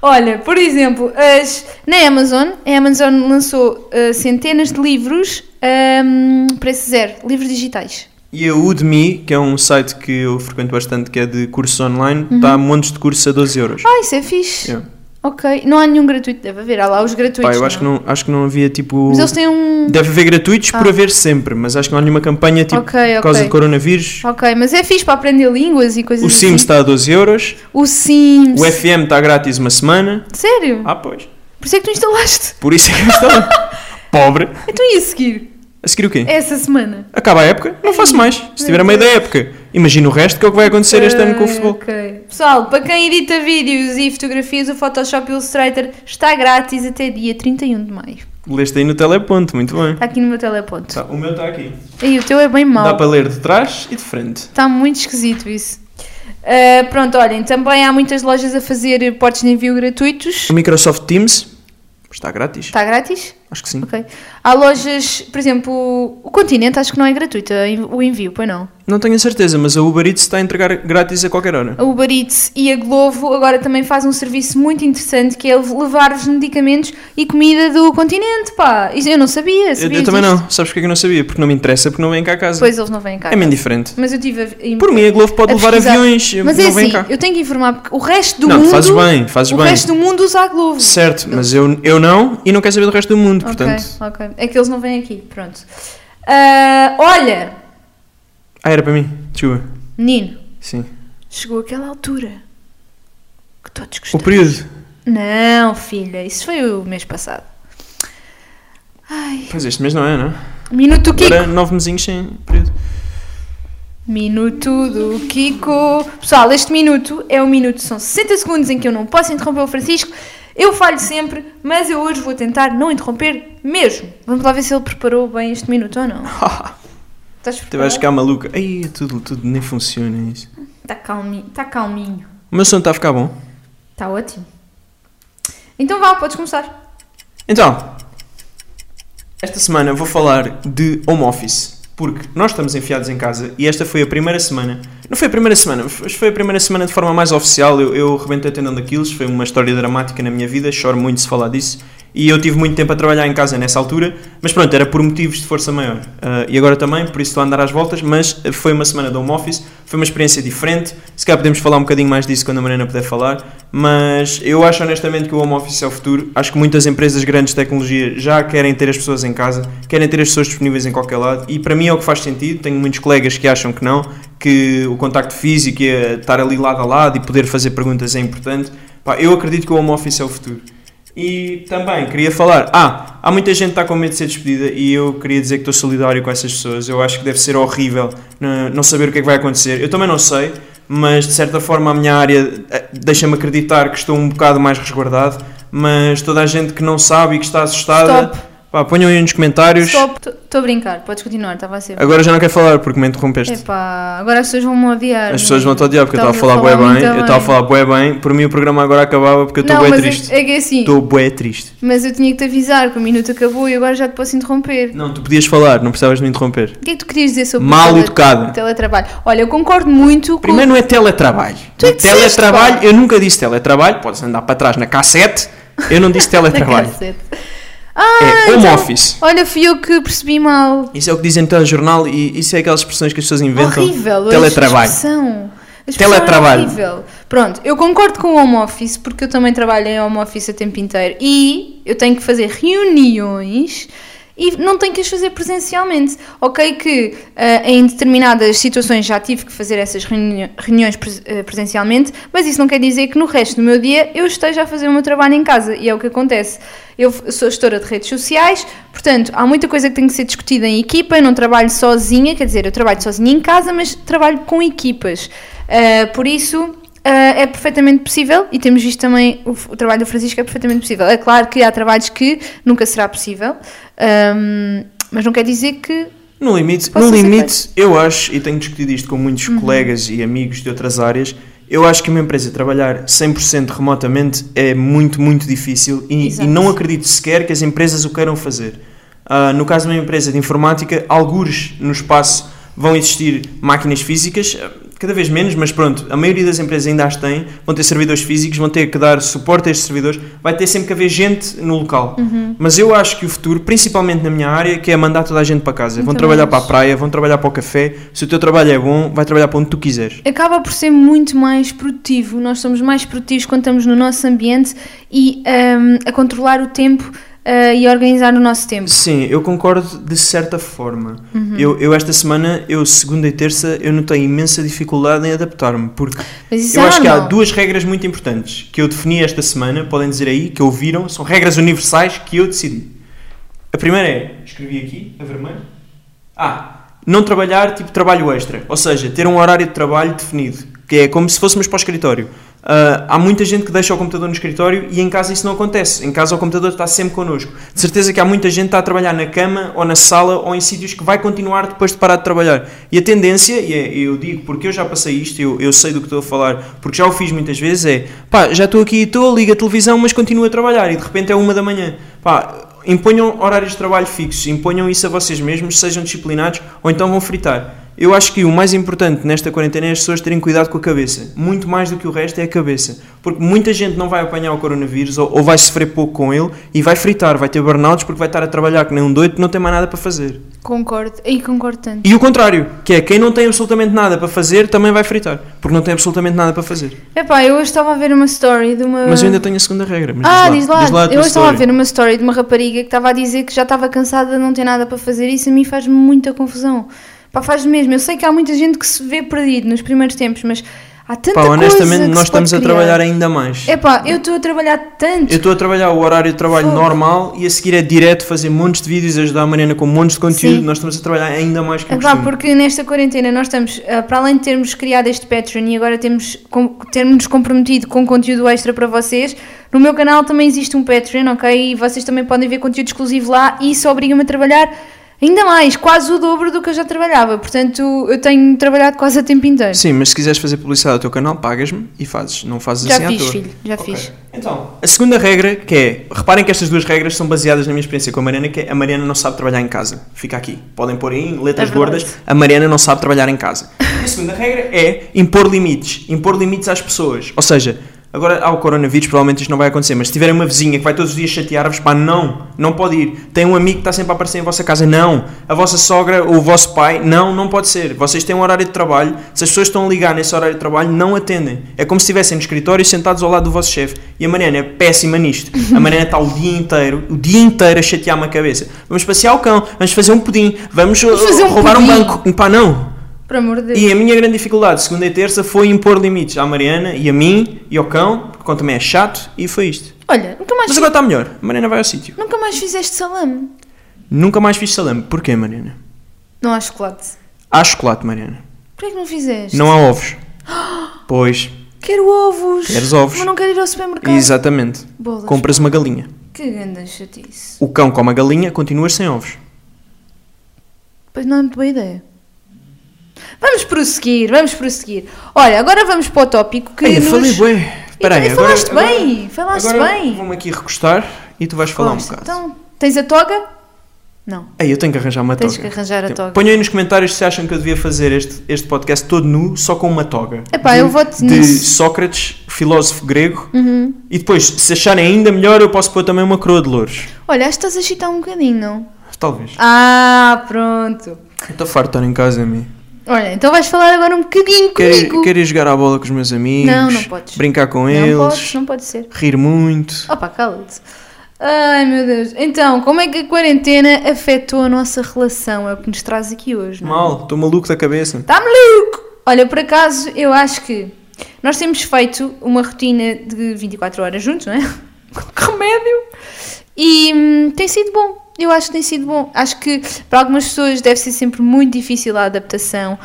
A: Olha, por exemplo, as- na Amazon, a Amazon lançou eh, centenas de livros ahm, preço zero, livros digitais.
B: E a Udemy, que é um site que eu frequento bastante, que é de cursos online, está a montes de cursos a 12 euros.
A: Uhum. Ah, isso é fixe.
B: Yeah.
A: Ok, não há nenhum gratuito, deve haver. Há lá os gratuitos.
B: Pá, eu acho que, não, acho que não havia tipo.
A: Mas eles têm um.
B: Deve haver gratuitos por
A: Ah.
B: haver sempre, mas acho que não há nenhuma campanha tipo
A: Ok, ok.
B: por causa do coronavírus.
A: Ok, mas é fixe para aprender línguas e coisas
B: O
A: assim.
B: Sims está a 12 euros,
A: O Sims.
B: o FM está grátis uma semana.
A: Sério?
B: Ah, pois.
A: Por isso é que tu instalaste.
B: Por isso é que eu estava. Pobre.
A: Então e a seguir? É
B: A seguir o quê?
A: Essa semana?
B: Acaba a época? Não faço mais. Se tiver a meio da época, imagina o resto que é o que vai acontecer este ano com o
A: Ok,
B: futebol.
A: ok. Pessoal, para quem edita vídeos e fotografias, o Photoshop Illustrator está grátis até dia 31 de maio.
B: Leste aí no teleponto, muito bem.
A: Está aqui no meu teleponto.
B: Tá, o meu está aqui.
A: E o teu é bem
B: Dá
A: mau.
B: para ler de trás e de frente.
A: Está muito esquisito isso. Ah, pronto, olhem, também há muitas lojas a fazer portes de envio gratuitos.
B: O Microsoft Teams está grátis.
A: Está grátis?
B: Acho que sim.
A: Ok. Há lojas, por exemplo, o Continente acho que não é gratuito o envio, pois não?
B: Não tenho a certeza, mas a Uber Eats está a entregar grátis a qualquer hora.
A: A Uber Eats e a Glovo agora também fazem um serviço muito interessante que é levar-vos medicamentos e comida do continente, pá. Isso eu não sabia.
B: Eu,
A: sabia
B: eu também
A: disto?
B: não. Sabes porque é que eu não sabia? Porque não me interessa, porque não vem cá a casa.
A: Pois eles não vêm cá.
B: é meio diferente.
A: Mas eu tive a. em-
B: Por mim, a Globo pode
A: a
B: levar
A: pesquisar.
B: aviões,
A: Mas
B: não
A: é
B: vem
A: assim,
B: cá.
A: eu tenho que informar porque o resto do
B: não,
A: mundo.
B: fazes bem, fazes
A: o
B: bem.
A: resto do mundo usa a Glovo.
B: Certo, mas eu, eu não e não quero saber do resto do mundo,
A: Ok,
B: portanto.
A: ok. É que eles não vêm aqui, pronto. Ah, olha,
B: Ah, era para mim. Desculpa.
A: menino,
B: Sim.
A: chegou aquela altura que todos
B: O
A: gostamos.
B: período.
A: Não, filha, isso foi o mês passado. Ai,
B: Pois este mês não é, não?
A: minuto é Kiko.
B: Era nove mesinhos sem período.
A: Minuto do Kiko. Pessoal, este minuto é um minuto, são 60 segundos em que eu não posso interromper o Francisco. Eu falho sempre, mas eu hoje vou tentar não interromper mesmo. Vamos lá ver se ele preparou bem este minuto ou não. Estás
B: Tu vais
A: preparado?
B: ficar maluca. Ai, tudo, tudo nem funciona isso.
A: Está calminho, está tá calminho.
B: O meu som está a ficar bom.
A: Está ótimo. Então vá, podes começar.
B: Então, esta semana vou falar de home office, porque nós estamos enfiados em casa e esta foi a primeira semana. Não foi a primeira semana, mas foi a primeira semana de forma mais oficial. Eu, eu rebentei tendão aquilo, foi uma história dramática na minha vida, choro muito se falar disso. E eu tive muito tempo a trabalhar em casa nessa altura, mas pronto, era por motivos de força maior. Ah, e agora também, por isso estou a andar às voltas, mas foi uma semana de home office, foi uma experiência diferente. Se calhar podemos falar um bocadinho mais disso quando a Mariana puder falar, mas eu acho honestamente que o home office é o futuro. Acho que muitas empresas grandes de tecnologia já querem ter as pessoas em casa, querem ter as pessoas disponíveis em qualquer lado, e para mim é o que faz sentido. Tenho muitos colegas que acham que não, que o contacto físico e eh, estar ali lado a lado e poder fazer perguntas é importante. Pá, eu acredito que o home office é o futuro. E também queria falar, ah, há muita gente que está com medo de ser despedida e eu queria dizer que estou solidário com essas pessoas. Eu acho que deve ser horrível né, não saber o que é que vai acontecer. Eu também não sei, mas de certa forma a minha área eh, deixa-me acreditar que estou um bocado mais resguardado. Mas toda a gente que não sabe e que está assustada,
A: Stop.
B: pá, ponham aí nos comentários.
A: Stop, estou a brincar, podes continuar, estava a ser.
B: Agora já não quero falar porque me interrompeste.
A: Epá, agora as pessoas vão me odiar.
B: As pessoas
A: É, não é?
B: vão-te odiar porque eu estava a
A: Estavas
B: falar bué bem,
A: muito
B: eu estava a falar bué bem. Por mim o programa agora acabava porque eu estou
A: Não,
B: bué
A: mas é-
B: triste.
A: é que é assim,
B: Estou bué triste.
A: mas eu tinha que te avisar que o minuto acabou e agora já te posso interromper.
B: Não, tu podias falar, não precisavas de me interromper.
A: O que é que tu querias dizer sobre o
B: Mal
A: tele-
B: educado.
A: teletrabalho? Olha, eu concordo muito com...
B: Primeiro não é teletrabalho.
A: Tu é que disseste,
B: teletrabalho,
A: pá.
B: eu nunca disse teletrabalho, podes andar para trás na cassete, eu não disse
A: Da
B: teletrabalho.
A: cacete. Ah,
B: É home
A: então,
B: office.
A: Olha, fui eu que percebi mal.
B: Isso é o que dizem no telejornal e isso é aquelas expressões que as pessoas inventam.
A: Horrível. hoje a
B: teletrabalho.
A: expressão. A expressão é
B: Teletrabalho.
A: horrível. Pronto, eu concordo com o home office, porque eu também trabalho em home office o tempo inteiro e eu tenho que fazer reuniões e não tenho que as fazer presencialmente. Ok, que ah, em determinadas situações já tive que fazer essas reuni- reuniões pres- eh, presencialmente, mas isso não quer dizer que no resto do meu dia eu esteja a fazer o meu trabalho em casa e é o que acontece. Eu f- sou gestora de redes sociais, portanto, há muita coisa que tem que ser discutida em equipa. Eu não trabalho sozinha, quer dizer, eu trabalho sozinha em casa, mas trabalho com equipas. Ah, por isso, Uh, é perfeitamente possível e temos visto também o, f- o trabalho do Francisco é perfeitamente possível. É claro que há trabalhos que nunca será possível, um, mas não quer dizer que.
B: No limite,
A: Posso
B: no
A: ser Uhum.
B: limite eu acho, e tenho discutido isto com muitos colegas e amigos de outras áreas, eu acho que uma empresa trabalhar 100% remotamente é muito, muito difícil e,
A: Exato.
B: e não acredito sequer que as empresas o queiram fazer. Ah, no caso de uma empresa de informática, algures no espaço vão existir máquinas físicas, ah, cada vez menos, mas pronto, a maioria das empresas ainda as tem, vão ter servidores físicos, vão ter que dar suporte a estes servidores, vai ter sempre que haver gente no local.
A: Uhum.
B: Mas eu acho que o futuro, principalmente na minha área, que é mandar toda a gente para casa. vão
A: Muito
B: trabalhar
A: bem.
B: para a praia, vão trabalhar para o café, se o teu trabalho é bom, vai trabalhar para onde tu quiseres.
A: Acaba por ser muito mais produtivo. Nós somos mais produtivos quando estamos no nosso ambiente e um, a controlar o tempo uh, e a organizar o nosso tempo.
B: Sim, eu concordo de certa forma. Eu, eu esta semana, eu segunda e terça, eu notei imensa dificuldade em adaptar-me, porque
A: Mas isso
B: eu
A: é
B: acho que há
A: normal.
B: duas regras muito importantes que eu defini esta semana, podem dizer aí, que ouviram, são regras universais que eu decidi. A primeira é, escrevi aqui, a vermelha. Ah, não trabalhar tipo trabalho extra, ou seja, ter um horário de trabalho definido, que é como se fôssemos para o escritório. Ah, há muita gente que deixa o computador no escritório e em casa isso não acontece. Em casa o computador está sempre connosco. De certeza que há muita gente que está a trabalhar na cama ou na sala ou em sítios que vai continuar depois de parar de trabalhar. E a tendência, e é- eu digo porque eu já passei isto, eu, eu sei do que estou a falar, porque já o fiz muitas vezes, é pá, já estou aqui e estou, ligo a televisão, mas continuo a trabalhar e de repente é uma da manhã. Pá, imponham horários de trabalho fixos, imponham isso a vocês mesmos, sejam disciplinados ou então vão fritar. Eu acho que o mais importante nesta quarentena é as pessoas terem cuidado com a cabeça. Muito mais do que o resto é a cabeça. Porque muita gente não vai apanhar o coronavírus ou, ou vai sofrer pouco com ele e vai fritar, vai ter burnouts porque vai estar a trabalhar que nem um doido, não tem mais nada para fazer.
A: Concordo, e concordo tanto.
B: E o contrário, que é quem não tem absolutamente nada para fazer também vai fritar, porque não tem absolutamente nada para fazer.
A: Epá, eu hoje estava a ver uma story de uma.
B: Mas eu ainda tenho a segunda regra. Mas
A: Ah, diz lá,
B: a
A: eu
B: tua
A: hoje estava a
B: história.
A: ver uma story de uma rapariga que estava a dizer que já estava cansada de não ter nada para fazer, isso a mim faz muita confusão. Pá, faz mesmo. Eu sei que há muita gente que se vê perdido nos primeiros tempos, mas há tanta
B: Pá,
A: coisa.
B: honestamente,
A: que
B: nós
A: se pode
B: estamos a
A: criar.
B: trabalhar ainda mais.
A: É pá, eu estou a trabalhar tanto.
B: Eu estou a trabalhar o horário de trabalho
A: Fogo.
B: normal e a seguir é direto fazer montes de vídeos, ajudar a Mariana com montes de conteúdo.
A: Sim.
B: Nós estamos a trabalhar ainda mais que o
A: É pá,
B: costume.
A: porque nesta quarentena nós estamos, ah, para além de termos criado este Patreon e agora temos com, termos nos comprometido com conteúdo extra para vocês, no meu canal também existe um Patreon, ok? E vocês também podem ver conteúdo exclusivo lá e isso obriga-me a trabalhar ainda mais, quase o dobro do que eu já trabalhava. Portanto, eu tenho trabalhado quase a tempo inteiro.
B: Sim, mas se quiseres fazer publicidade ao teu canal, pagas-me e fazes. Não fazes
A: já
B: assim à
A: fiz,
B: toa.
A: filho, já
B: Ok.
A: fiz.
B: Então, a segunda regra que é, reparem que estas duas regras são baseadas na minha experiência com a Mariana, que é a Mariana não sabe trabalhar em casa. Fica aqui. Podem pôr aí em letras
A: É verdade.
B: gordas, a Mariana não sabe trabalhar em casa. E a segunda regra é impor limites, impor limites às pessoas. Ou seja, agora há o coronavírus, provavelmente isto não vai acontecer, mas se tiverem uma vizinha que vai todos os dias chatear-vos, pá, não, não pode ir. Tem um amigo que está sempre a aparecer em vossa casa, não. A vossa sogra ou o vosso pai, não, não pode ser. Vocês têm um horário de trabalho, se as pessoas estão a ligar nesse horário de trabalho, não atendem. É como se estivessem no escritório sentados ao lado do vosso chefe. E a Mariana é péssima nisto. A Mariana está o dia inteiro, o dia inteiro a chatear-me a cabeça. Vamos passear o cão, vamos fazer um pudim, vamos uh,
A: fazer um
B: roubar
A: pudim.
B: um banco. Pá, não.
A: Por amor de Deus.
B: E a minha grande dificuldade, segunda e terça, foi impor limites à Mariana e a mim e ao cão, porque o cão também é chato, e foi isto.
A: Olha, nunca mais,
B: Mas
A: fiz-
B: agora está melhor. A Mariana vai ao sítio.
A: nunca mais fizeste salame.
B: Nunca mais fiz salame. Porquê, Mariana?
A: Não há chocolate.
B: Há chocolate, Mariana.
A: Porquê é que não fizeste?
B: Não há ovos. Pois,
A: Quero ovos.
B: Queres ovos.
A: Mas não quero ir ao supermercado.
B: exatamente.
A: Bolas.
B: Compras uma galinha.
A: Que grande chatice.
B: O cão come a galinha, continuas sem ovos.
A: Pois não é muito boa ideia. Vamos prosseguir, vamos prosseguir. Olha, agora vamos para o tópico que.
B: Ei, eu
A: nos...
B: falei bem. Espera aí,
A: e
B: agora-
A: falaste
B: agora-
A: bem, falaste
B: agora
A: bem.
B: Vamos aqui recostar e tu vais falar um
A: Força.
B: bocado.
A: Então, tens a toga? Não.
B: Ei, eu tenho que arranjar uma
A: Tens
B: toga.
A: que arranjar a
B: Tem-
A: toga.
B: Ponham aí nos comentários se acham que eu devia fazer este, este podcast todo nu, só com uma toga.
A: Epá,
B: De-
A: eu vou-te
B: De
A: nisso.
B: Sócrates, filósofo grego. E depois, se acharem ainda melhor, eu posso pôr também uma coroa de louros.
A: Olha, acho que estás a chitar um bocadinho, não?
B: Talvez.
A: Ah, pronto.
B: Estou farto de estar em casa, a mim.
A: Olha, então vais falar agora um bocadinho
B: Querer,
A: comigo.
B: querer jogar à bola com os meus amigos,
A: Não, não podes.
B: brincar com eles,
A: Não podes, não pode ser.
B: rir muito.
A: Opa, cala-te. Ai meu Deus. Então, como é que a quarentena afetou a nossa relação? É o que nos traz aqui hoje, não é?
B: Mal, estou maluco da cabeça.
A: Está maluco! Olha, por acaso, eu acho que nós temos feito uma rotina de 24 horas juntos, não é? Com remédio. E hum, tem sido bom. Eu acho que tem sido bom. Acho que para algumas pessoas deve ser sempre muito difícil a adaptação.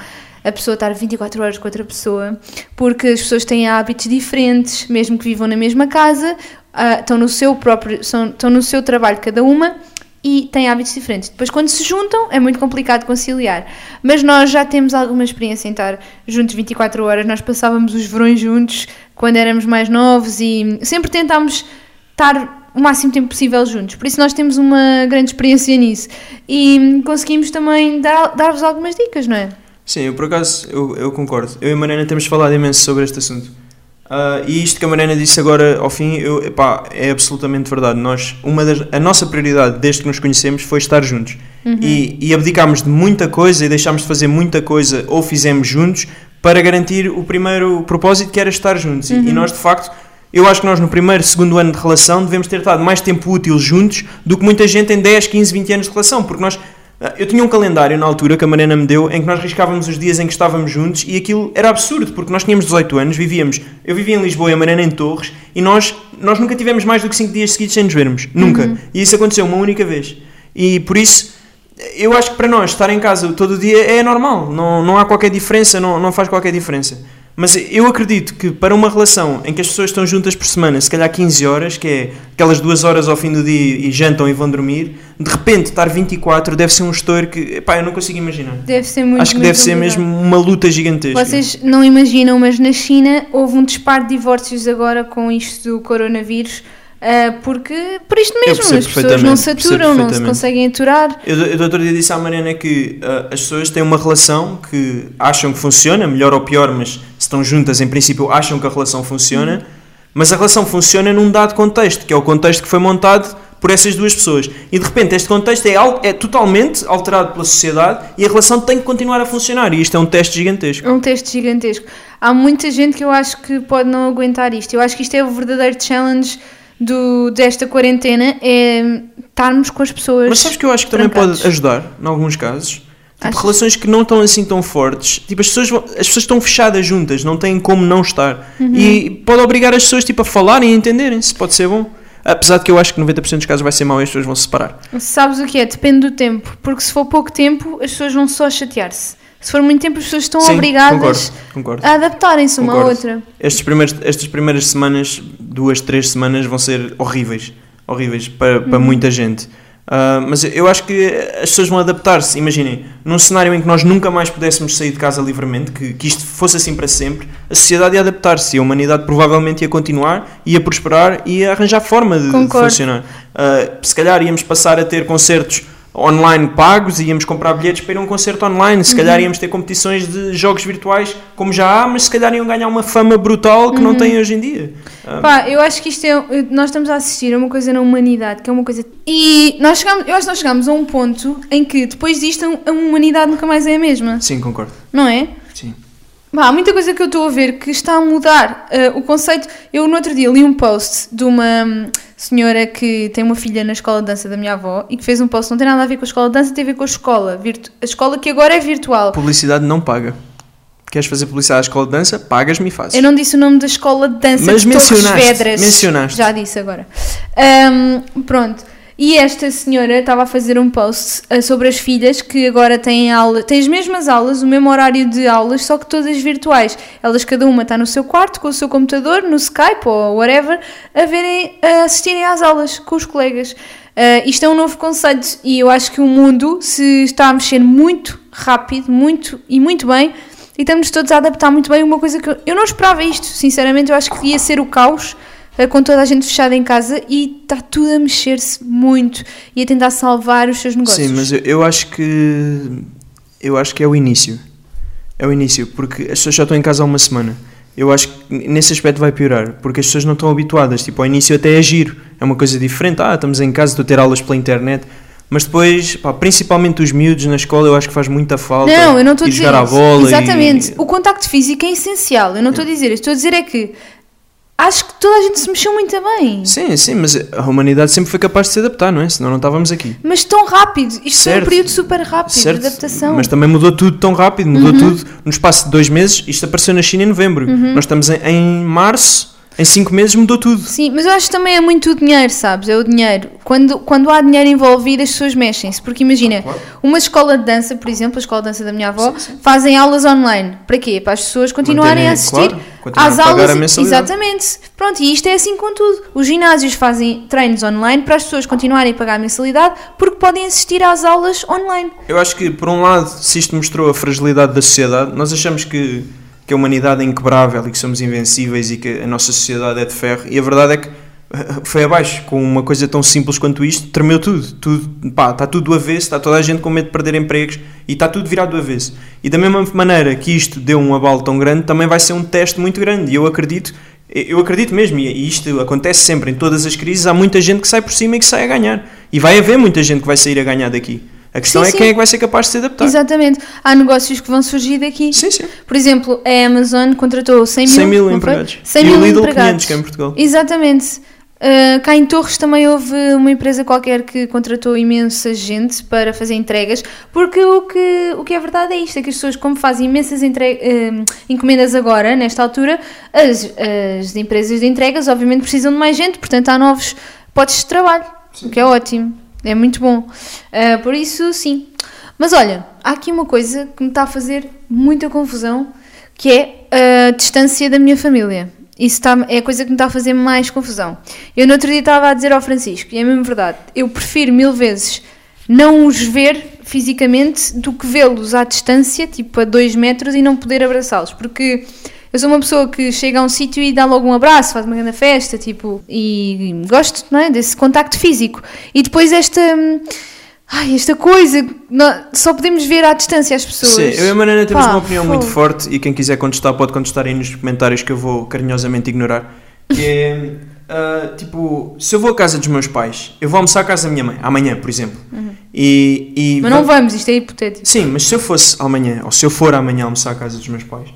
A: A pessoa estar 24 horas com outra pessoa, porque as pessoas têm hábitos diferentes, mesmo que vivam na mesma casa, ah, estão no seu próprio, são- estão no seu trabalho cada uma, e têm hábitos diferentes. Depois, quando se juntam, é muito complicado conciliar. Mas nós já temos alguma experiência em estar juntos 24 horas. Nós passávamos os verões juntos quando éramos mais novos e sempre tentámos estar o máximo tempo possível juntos. Por isso, nós temos uma grande experiência nisso. E conseguimos também dar- dar-vos algumas dicas, não é?
B: Sim, eu por acaso eu, eu concordo. Eu e a Mariana temos falado imenso sobre este assunto. Ah, e isto que a Mariana disse agora ao fim eu, epá, é absolutamente verdade. Nós, uma das, a nossa prioridade desde que nos conhecemos foi estar juntos. E, e abdicámos de muita coisa e deixámos de fazer muita coisa ou fizemos juntos para garantir o primeiro propósito que era estar juntos. E- e nós de facto eu acho que nós no primeiro, segundo ano de relação devemos ter estado mais tempo útil juntos do que muita gente em 10, 15, 20 anos de relação, porque nós eu tinha um calendário na altura que a Mariana me deu em que nós riscávamos os dias em que estávamos juntos e aquilo era absurdo, porque nós tínhamos 18 anos, vivíamos, eu vivia em Lisboa e a Mariana em Torres e nós, nós nunca tivemos mais do que 5 dias seguidos sem nos vermos, nunca. E isso aconteceu uma única vez. E por isso eu acho que para nós estar em casa todo o dia é normal, não, não há qualquer diferença, não, não faz qualquer diferença. Mas eu acredito que para uma relação em que as pessoas estão juntas por semana, se calhar 15 horas, que é aquelas duas horas ao fim do dia e jantam e vão dormir, de repente estar 24 deve ser um estouro que, pá, eu não consigo imaginar.
A: Deve ser muito
B: acho que
A: muito
B: deve ser
A: complicado.
B: mesmo uma luta gigantesca.
A: Vocês não imaginam, mas na China houve um disparo de divórcios agora com isto do coronavírus, ah, porque por isto mesmo,
B: percebo
A: as pessoas
B: perfeitamente,
A: não se
B: percebo
A: aturam, não se
B: perfeitamente.
A: conseguem aturar.
B: Eu, eu do outro dia disse à Mariana que ah, as pessoas têm uma relação que acham que funciona, melhor ou pior, mas se estão juntas, em princípio, acham que a relação funciona, mas a relação funciona num dado contexto, que é o contexto que foi montado por essas duas pessoas. E de repente este contexto é, al- é totalmente alterado pela sociedade e a relação tem que continuar a funcionar. E isto é um teste gigantesco.
A: É um teste gigantesco. Há muita gente que eu acho que pode não aguentar isto. Eu acho que isto é o verdadeiro challenge do, desta quarentena, é estarmos com as pessoas.
B: Mas sabes que eu acho que também
A: trancados.
B: pode ajudar, em alguns casos. Tipo,
A: Achas?
B: relações que não estão assim tão fortes. Tipo, as pessoas, vão- as pessoas estão fechadas juntas, não têm como não estar.
A: Uhum.
B: E pode obrigar as pessoas, tipo, a falarem e a entenderem-se. Pode ser bom. Apesar de que eu acho que 90% dos casos vai ser mau e as pessoas vão se separar.
A: Sabes o que é? Depende do tempo, porque se for pouco tempo, as pessoas vão só chatear-se. Se for muito tempo, as pessoas estão
B: Sim,
A: obrigadas
B: concordo, concordo.
A: a adaptarem-se uma à
B: Concordo.
A: outra.
B: Estes primeiros, estas primeiras semanas, duas, três semanas, vão ser horríveis. Horríveis para, para muita gente. Ah, mas eu acho que as pessoas vão adaptar-se. Imaginem, num cenário em que nós nunca mais pudéssemos sair de casa livremente, que, que isto fosse assim para sempre, a sociedade ia adaptar-se e a humanidade provavelmente ia continuar, ia prosperar e ia arranjar forma de, de
A: Concordo.
B: funcionar. Ah, se calhar íamos passar a ter concertos online pagos, íamos comprar bilhetes para ir a um concerto online, se calhar íamos ter competições de jogos virtuais, como já há, mas se calhar iam ganhar uma fama brutal que não têm hoje em dia. Ah,
A: Pá, eu acho que isto é. Nós estamos a assistir a uma coisa na humanidade, que é uma coisa. E nós chegamos, eu acho que nós chegamos a um ponto em que depois disto a humanidade nunca mais é a mesma,
B: sim, concordo.
A: não é?
B: Sim.
A: Pá, há muita coisa que eu estou a ver que está a mudar ah, o conceito. Eu no outro dia li um post de uma hum, senhora que tem uma filha na escola de dança da minha avó e que fez um post, não tem nada a ver com a escola de dança, tem a ver com a escola, virtu- a escola que agora é virtual.
B: Publicidade não paga. Queres fazer publicidade à escola de dança? Pagas-me e fazes.
A: Eu não disse o nome da escola de dança
B: Mas
A: de Torres
B: mencionaste,
A: Vedras.
B: mencionaste.
A: Já disse agora. Ahm, pronto. E esta senhora estava a fazer um post ah, sobre as filhas que agora têm aula, têm as mesmas aulas, o mesmo horário de aulas, só que todas virtuais. Elas cada uma está no seu quarto com o seu computador, no Skype ou whatever, a verem, a assistirem às aulas com os colegas. Ah, isto é um novo conceito e eu acho que o mundo se está a mexer muito rápido, muito e muito bem. E estamos todos a adaptar muito bem uma coisa que eu, eu não esperava isto, sinceramente, eu acho que ia ser o caos eh, com toda a gente fechada em casa e está tudo a mexer-se muito e a tentar salvar os seus negócios.
B: Sim, mas eu, eu acho que eu acho que é o início. É o início, porque as pessoas já estão em casa há uma semana. Eu acho que n- nesse aspecto vai piorar, porque as pessoas não estão habituadas. Tipo, ao início até é giro, é uma coisa diferente. Ah, estamos em casa, estou a ter aulas pela internet. Mas depois, pá, principalmente os miúdos na escola, eu acho que faz muita falta.
A: Não, eu não estou a
B: ir
A: dizer.
B: jogar à
A: isso.
B: bola. e-
A: Exatamente. O contacto físico é essencial. Eu não estou a dizer isso. Estou a dizer é que acho que toda a gente se mexeu muito bem.
B: Sim, sim, mas a humanidade sempre foi capaz de se adaptar, não é? Senão não estávamos aqui.
A: Mas tão rápido. Isto foi um
B: Certo.
A: período super rápido
B: Certo,
A: de adaptação. Uhum.
B: mas também mudou tudo tão rápido, mudou tudo no espaço de dois meses. Isto apareceu na China em novembro. Nós estamos em, em março, em cinco meses mudou tudo.
A: Sim, mas eu acho que também é muito o dinheiro, sabes? É o dinheiro. Quando, quando há dinheiro envolvido, as pessoas mexem-se. Porque imagina, uma escola de dança, por exemplo, a escola de dança da minha avó, fazem aulas online. Para quê? Para as pessoas continuarem a
B: Manterem,
A: assistir
B: claro, continuarem
A: às
B: a pagar a
A: aulas.
B: mensalidade.
A: Exatamente. Pronto, e isto é assim com tudo. Os ginásios fazem treinos online para as pessoas continuarem a pagar a mensalidade porque podem assistir às aulas online.
B: Eu acho que, por um lado, se isto mostrou a fragilidade da sociedade, nós achamos que, que a humanidade é inquebrável e que somos invencíveis e que a nossa sociedade é de ferro, e a verdade é que eh, foi abaixo, com uma coisa tão simples quanto isto, tremeu tudo. tudo pá, está tudo do avesso, está toda a gente com medo de perder empregos e está tudo virado do avesso. E da mesma maneira que isto deu um abalo tão grande, também vai ser um teste muito grande, e eu acredito. eh, Eu acredito mesmo, e isto acontece sempre em todas as crises. Há muita gente que sai por cima e que sai a ganhar. E vai haver muita gente que vai sair a ganhar daqui. A questão
A: Sim,
B: é
A: sim.
B: quem é que vai ser capaz de se adaptar.
A: Exatamente. Há negócios que vão surgir daqui.
B: Sim, sim.
A: Por exemplo, a Amazon contratou 100 mil,
B: 100 mil
A: não foi?
B: empregados.
A: 100
B: E o
A: mil
B: Lidl,
A: empregados.
B: 500 cá em Portugal.
A: Exatamente. Uh, cá em Torres também houve uma empresa qualquer que contratou imensa gente para fazer entregas, porque o que, o que é verdade é isto: é que as pessoas, como fazem imensas entre- hum, encomendas agora, nesta altura, as, as empresas de entregas obviamente precisam de mais gente, portanto há novos potes de trabalho, o que é ótimo, é muito bom. Uh, por isso, sim. Mas olha, há aqui uma coisa que me está a fazer muita confusão, que é a distância da minha família. Isso está- é a coisa que me está a fazer mais confusão. Eu no outro dia estava a dizer ao Francisco, e é mesmo verdade, eu prefiro mil vezes não os ver fisicamente do que vê-los à distância, tipo a dois metros, e não poder abraçá-los, porque eu sou uma pessoa que chega a um sítio e dá logo um abraço, faz uma grande festa, tipo, e gosto, não é, desse contacto físico. E depois esta... hum, Ai, esta coisa, nó- só podemos ver à distância as pessoas.
B: Sim, eu e a Mariana temos
A: Pá,
B: uma opinião
A: fogo.
B: muito forte e quem quiser contestar pode contestar aí nos comentários que eu vou carinhosamente ignorar. Que é, ah, tipo, se eu vou à casa dos meus pais, eu vou almoçar à casa da minha mãe, amanhã, por exemplo. E, e
A: Uhum. Mas não vamos, isto é hipotético.
B: Sim, mas se eu fosse amanhã, ou se eu for amanhã almoçar à casa dos meus pais,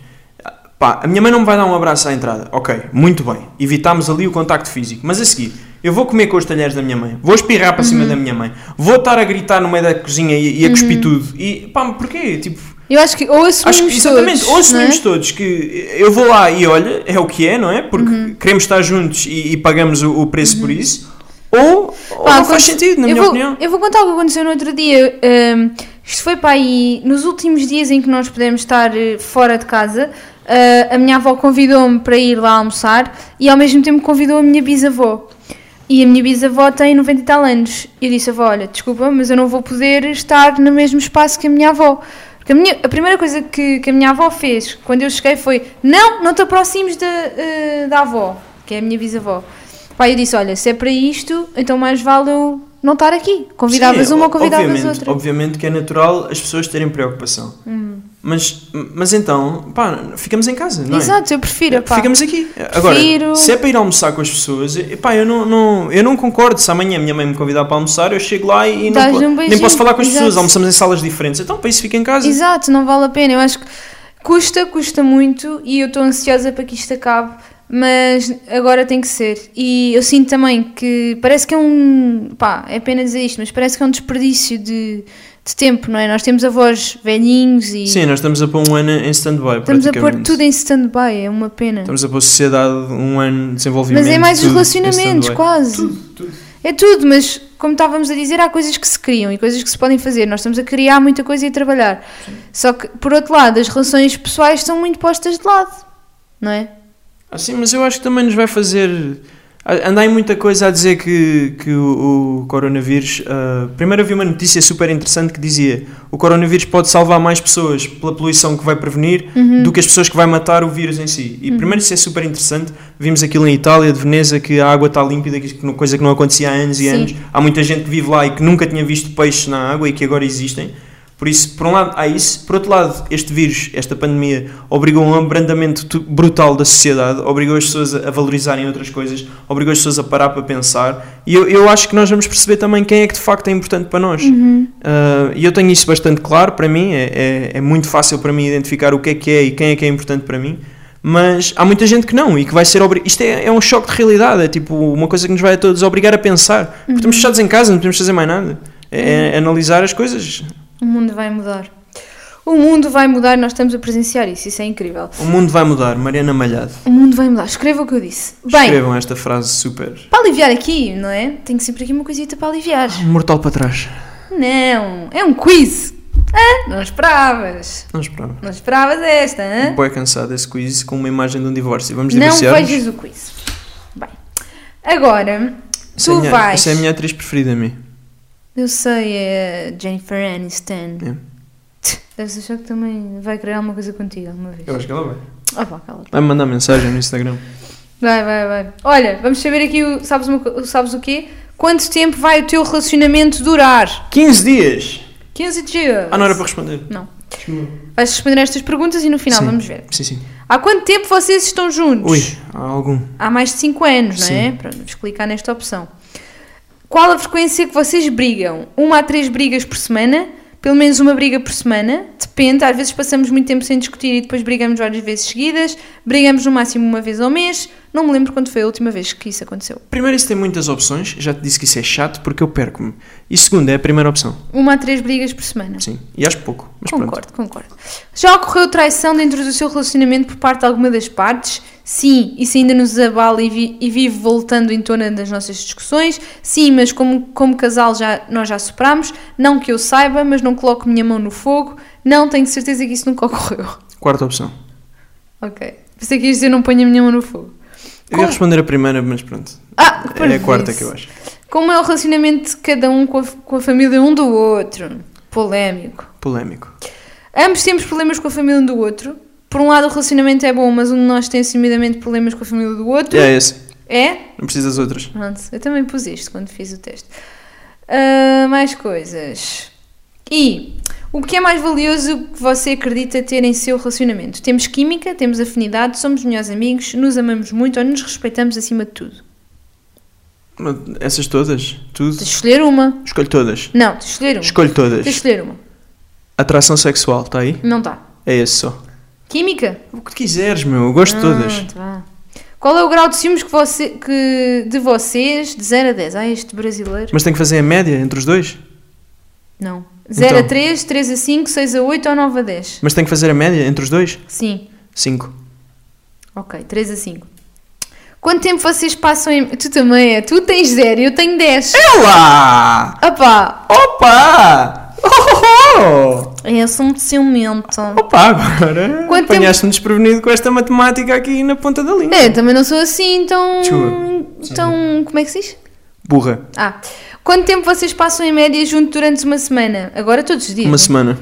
B: pá, a minha mãe não me vai dar um abraço à entrada. Ok, muito bem. Evitámos ali o contacto físico. Mas a seguir, eu vou comer com os talheres da minha mãe, vou espirrar para
A: Uhum.
B: cima da minha mãe, vou estar a gritar no meio da cozinha e, e a cuspir tudo. E pá, porquê? Tipo,
A: Eu acho que ou assumimos
B: acho que exatamente,
A: todos,
B: ou assumimos
A: não é?
B: todos que eu vou lá e olha, é o que é, não é? Porque
A: Uhum.
B: queremos estar juntos e, e pagamos o, o preço por isso. Ou, ou
A: Pá,
B: não
A: aconte-
B: faz sentido, na
A: eu
B: minha
A: vou,
B: opinião.
A: Eu vou contar o que aconteceu no outro dia. Hum, isto foi para aí, nos últimos dias em que nós pudemos estar eh, fora de casa, eh, a minha avó convidou-me para ir lá almoçar e ao mesmo tempo convidou a minha bisavó. E a minha bisavó tem 90 e tal anos. E eu disse, avó, olha, desculpa, mas eu não vou poder estar no mesmo espaço que a minha avó. Porque a, minha- a primeira coisa que, que a minha avó fez quando eu cheguei foi: não, não te aproximes da, eh, da avó, que é a minha bisavó. Pai, eu disse: olha, se é para isto, então mais vale eu não estar aqui. Convidavas
B: Sim,
A: uma,
B: o-
A: convidavas
B: obviamente,
A: outra. Hum.
B: Obviamente que é natural as pessoas terem preocupação. Mas, mas então, pá, ficamos em casa, não é?
A: Exato, eu prefiro, pá.
B: Ficamos aqui. Agora,
A: Prefiro-
B: se é para ir almoçar com as pessoas, eh, pá, eu não, não- eu não concordo. Se amanhã a minha mãe me convidar para almoçar, eu chego lá e não,
A: Dás-lhe
B: po-
A: um
B: nem
A: beijinho,
B: posso falar com as
A: exato.
B: pessoas. Almoçamos em salas diferentes. Então, para isso, fica em casa.
A: Exato, não vale a pena. Eu acho que custa, custa muito e eu estou ansiosa para que isto acabe, mas agora tem que ser. E eu sinto também que parece que é um. pá, é pena dizer isto, mas parece que é um desperdício de, de tempo, não é? Nós temos avós velhinhos e
B: Sim, nós estamos a pôr um ano em stand-by,
A: estamos a pôr
B: praticamente.
A: tudo em stand-by, é uma pena.
B: Estamos a pôr sociedade um ano de desenvolvimento.
A: Mas é mais os
B: tudo em
A: relacionamentos,
B: stand-by.
A: quase. É tudo, mas como estávamos a dizer, há coisas que se criam e coisas que se podem fazer. Nós estamos a criar muita coisa e a trabalhar. Só que, por outro lado, as relações pessoais são muito postas de lado, não é?
B: Ah, sim, mas eu acho que também nos vai fazer. a- Andar em muita coisa a dizer que, que o, o coronavírus. ah, primeiro havia uma notícia super interessante que dizia o coronavírus pode salvar mais pessoas pela poluição que vai prevenir do que as pessoas que vai matar o vírus em si. E primeiro isso é super interessante. Vimos aquilo em Itália, de Veneza, que a água está límpida, que isto- coisa que não acontecia há anos e
A: Sim.
B: anos. Há muita gente que vive lá e que nunca tinha visto peixes na água e que agora existem. Por isso, por um lado, há isso. Por outro lado, este vírus, esta pandemia, obrigou a um abrandamento tu- brutal da sociedade, obrigou as pessoas a a valorizarem outras coisas, obrigou as pessoas a parar para pensar. E eu, eu acho que nós vamos perceber também quem é que de facto é importante para nós. Ah, E eu tenho isso bastante claro para mim, é, é, é muito fácil para mim identificar o que é que é e quem é que é importante para mim. Mas há muita gente que não e que vai ser obri- Isto é, é um choque de realidade, é tipo uma coisa que nos vai a todos obrigar a pensar. Porque estamos fechados em casa, não podemos fazer mais nada. É, é analisar as coisas.
A: O mundo vai mudar. O mundo vai mudar e nós estamos a presenciar isso. Isso é incrível.
B: O mundo vai mudar, Mariana Malhado.
A: O mundo vai mudar. Escreva o que eu disse. Bem,
B: Escrevam esta frase super.
A: para aliviar aqui, não é? Tenho sempre aqui uma coisita para aliviar.
B: Mortal para trás.
A: Não, é um quiz. Hã? Não esperavas.
B: Não esperava.
A: Não esperavas esta, hã?
B: Boy cansado esse quiz com uma imagem de um divórcio. Vamos
A: Não
B: divorciar-nos?
A: vejas o quiz. Bem, agora,
B: Essa é a
A: tu
B: minha-
A: vais...
B: Essa é a minha atriz preferida a mim.
A: Eu sei, é Jennifer Aniston.
B: É.
A: Tch, Deves achar que também vai querer alguma coisa contigo alguma vez.
B: Eu acho que ela vai.
A: Ah, pá, cala-te.
B: Vai mandar mensagem no Instagram.
A: Vai, vai, vai. Olha, vamos saber aqui, o, sabes, uma co- sabes o quê? Quanto tempo vai o teu relacionamento durar?
B: 15 dias!
A: 15 dias.
B: Ah, não era para responder.
A: Não. Vais responder a estas perguntas e no final
B: Sim.
A: vamos ver.
B: Sim, sim.
A: Há quanto tempo vocês estão juntos?
B: Ui, há algum.
A: Há mais de 5 anos, não é? Pronto, vamos clicar nesta opção. Qual a frequência que vocês brigam? Uma a três brigas por semana? Pelo menos uma briga por semana? Depende, às vezes passamos muito tempo sem discutir e depois brigamos várias vezes seguidas. Brigamos no máximo uma vez ao mês. Não me lembro quando foi a última vez que isso aconteceu.
B: Primeiro, isso tem muitas opções. Já te disse que isso é chato porque eu perco-me. E segundo, é a primeira opção.
A: Uma a três brigas por semana.
B: Sim. E acho pouco. Mas pronto.
A: Concordo, concordo. Já ocorreu traição dentro do seu relacionamento por parte de alguma das partes? Sim, isso ainda nos abala e, vi- e vive voltando em torno das nossas discussões. Sim, mas como, como casal já, nós já superámos. Não que eu saiba, mas não coloco minha mão no fogo. Não, tenho certeza que isso nunca ocorreu.
B: Quarta opção.
A: Ok. Pensei que ias dizer não ponho a minha mão no fogo.
B: Eu ia
A: Com-
B: responder a primeira, mas pronto.
A: Ah, que
B: É a quarta
A: parvoíce.
B: que eu acho.
A: Como é o relacionamento de cada um com a, f- com a família um do outro? Polémico.
B: Polémico.
A: Ambos temos problemas com a família um do outro. Por um lado, o relacionamento é bom, mas um de nós tem assumidamente problemas com a família do outro.
B: É esse.
A: É?
B: Não precisa das outras.
A: Pronto, eu também pus isto quando fiz o teste. Ah, mais coisas. E o que é mais valioso que você acredita ter em seu relacionamento? Temos química, temos afinidade, somos melhores amigos, nos amamos muito ou nos respeitamos acima de tudo?
B: Mas Essas todas? Tudo?
A: De escolher uma.
B: Escolho todas.
A: Não, de escolher uma.
B: Escolho todas.
A: De escolher uma.
B: Atração sexual, está aí?
A: Não dá.
B: É esse só.
A: Química?
B: O que tu quiseres, meu. Eu gosto de todas.
A: Pronto, vá. Ah, Qual é o grau de ciúmes que você, que, de vocês, de 0 a 10? Ah, este brasileiro.
B: Mas tem que fazer a média entre os dois?
A: Não. 0 a
B: Então.
A: 3, 3 a 5, 6 a 8 ou 9 a 10?
B: Mas tem que fazer a média entre os dois?
A: Sim.
B: Cinco.
A: Ok, 3 a 5. Quanto tempo vocês passam em... Tu também é. Tu tens 0 eu tenho 10.
B: Olá!
A: Opa!
B: Opa! Oh, oh,
A: Eu sou um ciumento.
B: oh. Opa, agora
A: Quanto tempo-
B: apanhaste-me desprevenido com esta matemática aqui na ponta da língua.
A: É, também não sou assim tão...
B: Desculpa.
A: Tão... Como é que se diz?
B: Burra.
A: Ah. Quanto tempo vocês passam em média junto durante uma semana? Agora todos os dias.
B: Uma
A: não é?
B: semana.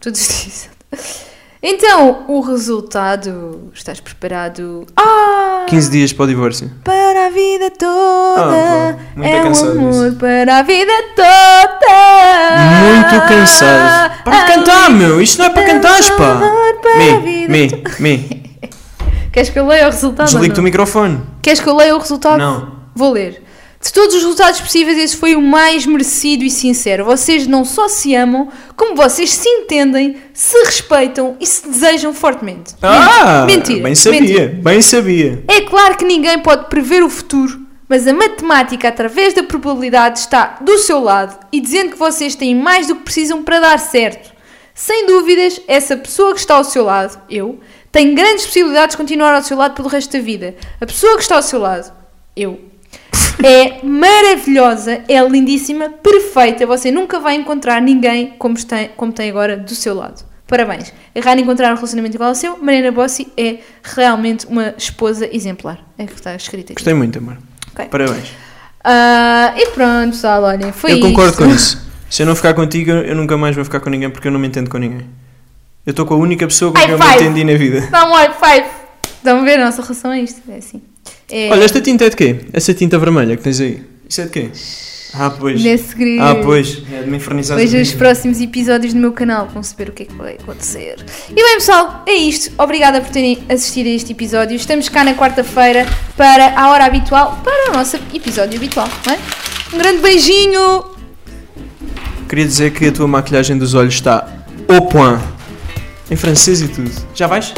A: Todos os dias. Então, o resultado. Estás preparado? Ah!
B: 15 dias para o divórcio.
A: Para a vida
B: Ah,
A: toda!
B: bom. Muito
A: é um
B: cansado
A: amor
B: isso.
A: para a vida toda!
B: Muito cansado. Para de
A: Ah,
B: cantar, meu. Isto não é para
A: é um
B: cantares, pá.
A: amor para a
B: Me,
A: vida
B: me, me.
A: Ah, Queres que eu leia o resultado? ou
B: Desliga-te o
A: não?
B: microfone.
A: Queres que eu leia o resultado?
B: Não.
A: Vou ler. De todos os resultados possíveis, esse foi o mais merecido e sincero. Vocês não só se amam, como vocês se entendem, se respeitam e se desejam fortemente.
B: Ah!
A: mentira.
B: Bem sabia,
A: mentira.
B: bem sabia.
A: É claro que ninguém pode prever o futuro, mas a matemática, através da probabilidade, está do seu lado e dizendo que vocês têm mais do que precisam para dar certo. Sem dúvidas, essa pessoa que está ao seu lado, eu, tem grandes possibilidades de continuar ao seu lado pelo resto da vida. A pessoa que está ao seu lado, eu, é maravilhosa, é lindíssima, perfeita. Você nunca vai encontrar ninguém como tem, como tem agora do seu lado. Parabéns. É raro encontrar um relacionamento igual ao seu. Mariana Bossi é realmente uma esposa exemplar. É o que está escrito aqui.
B: Gostei muito, amor.
A: Ok.
B: Parabéns.
A: Ah, e pronto, pessoal, olhem, foi
B: eu concordo
A: isto.
B: com isso. Se eu não ficar contigo, eu nunca mais vou ficar com ninguém porque eu não me entendo com ninguém. Eu estou com a única pessoa com
A: High
B: quem eu me
A: five.
B: entendi na vida.
A: Dá um high five. Estão a ver a nossa relação a isto? É assim. É-
B: Olha, esta tinta é de quê? Essa tinta vermelha que tens aí. Isso é de quê? Ah, pois.
A: Nesse que-
B: Ah, pois. É de me infernizar.
A: Veja os próximos episódios do meu canal, vão saber o que é que vai acontecer. E bem, pessoal, é isto. Obrigada por terem assistido a este episódio. Estamos cá na quarta-feira para a hora habitual, para o nosso episódio habitual, não é? Um grande beijinho!
B: Queria dizer que a tua maquilhagem dos olhos está au point. Em francês e tudo. Já vais?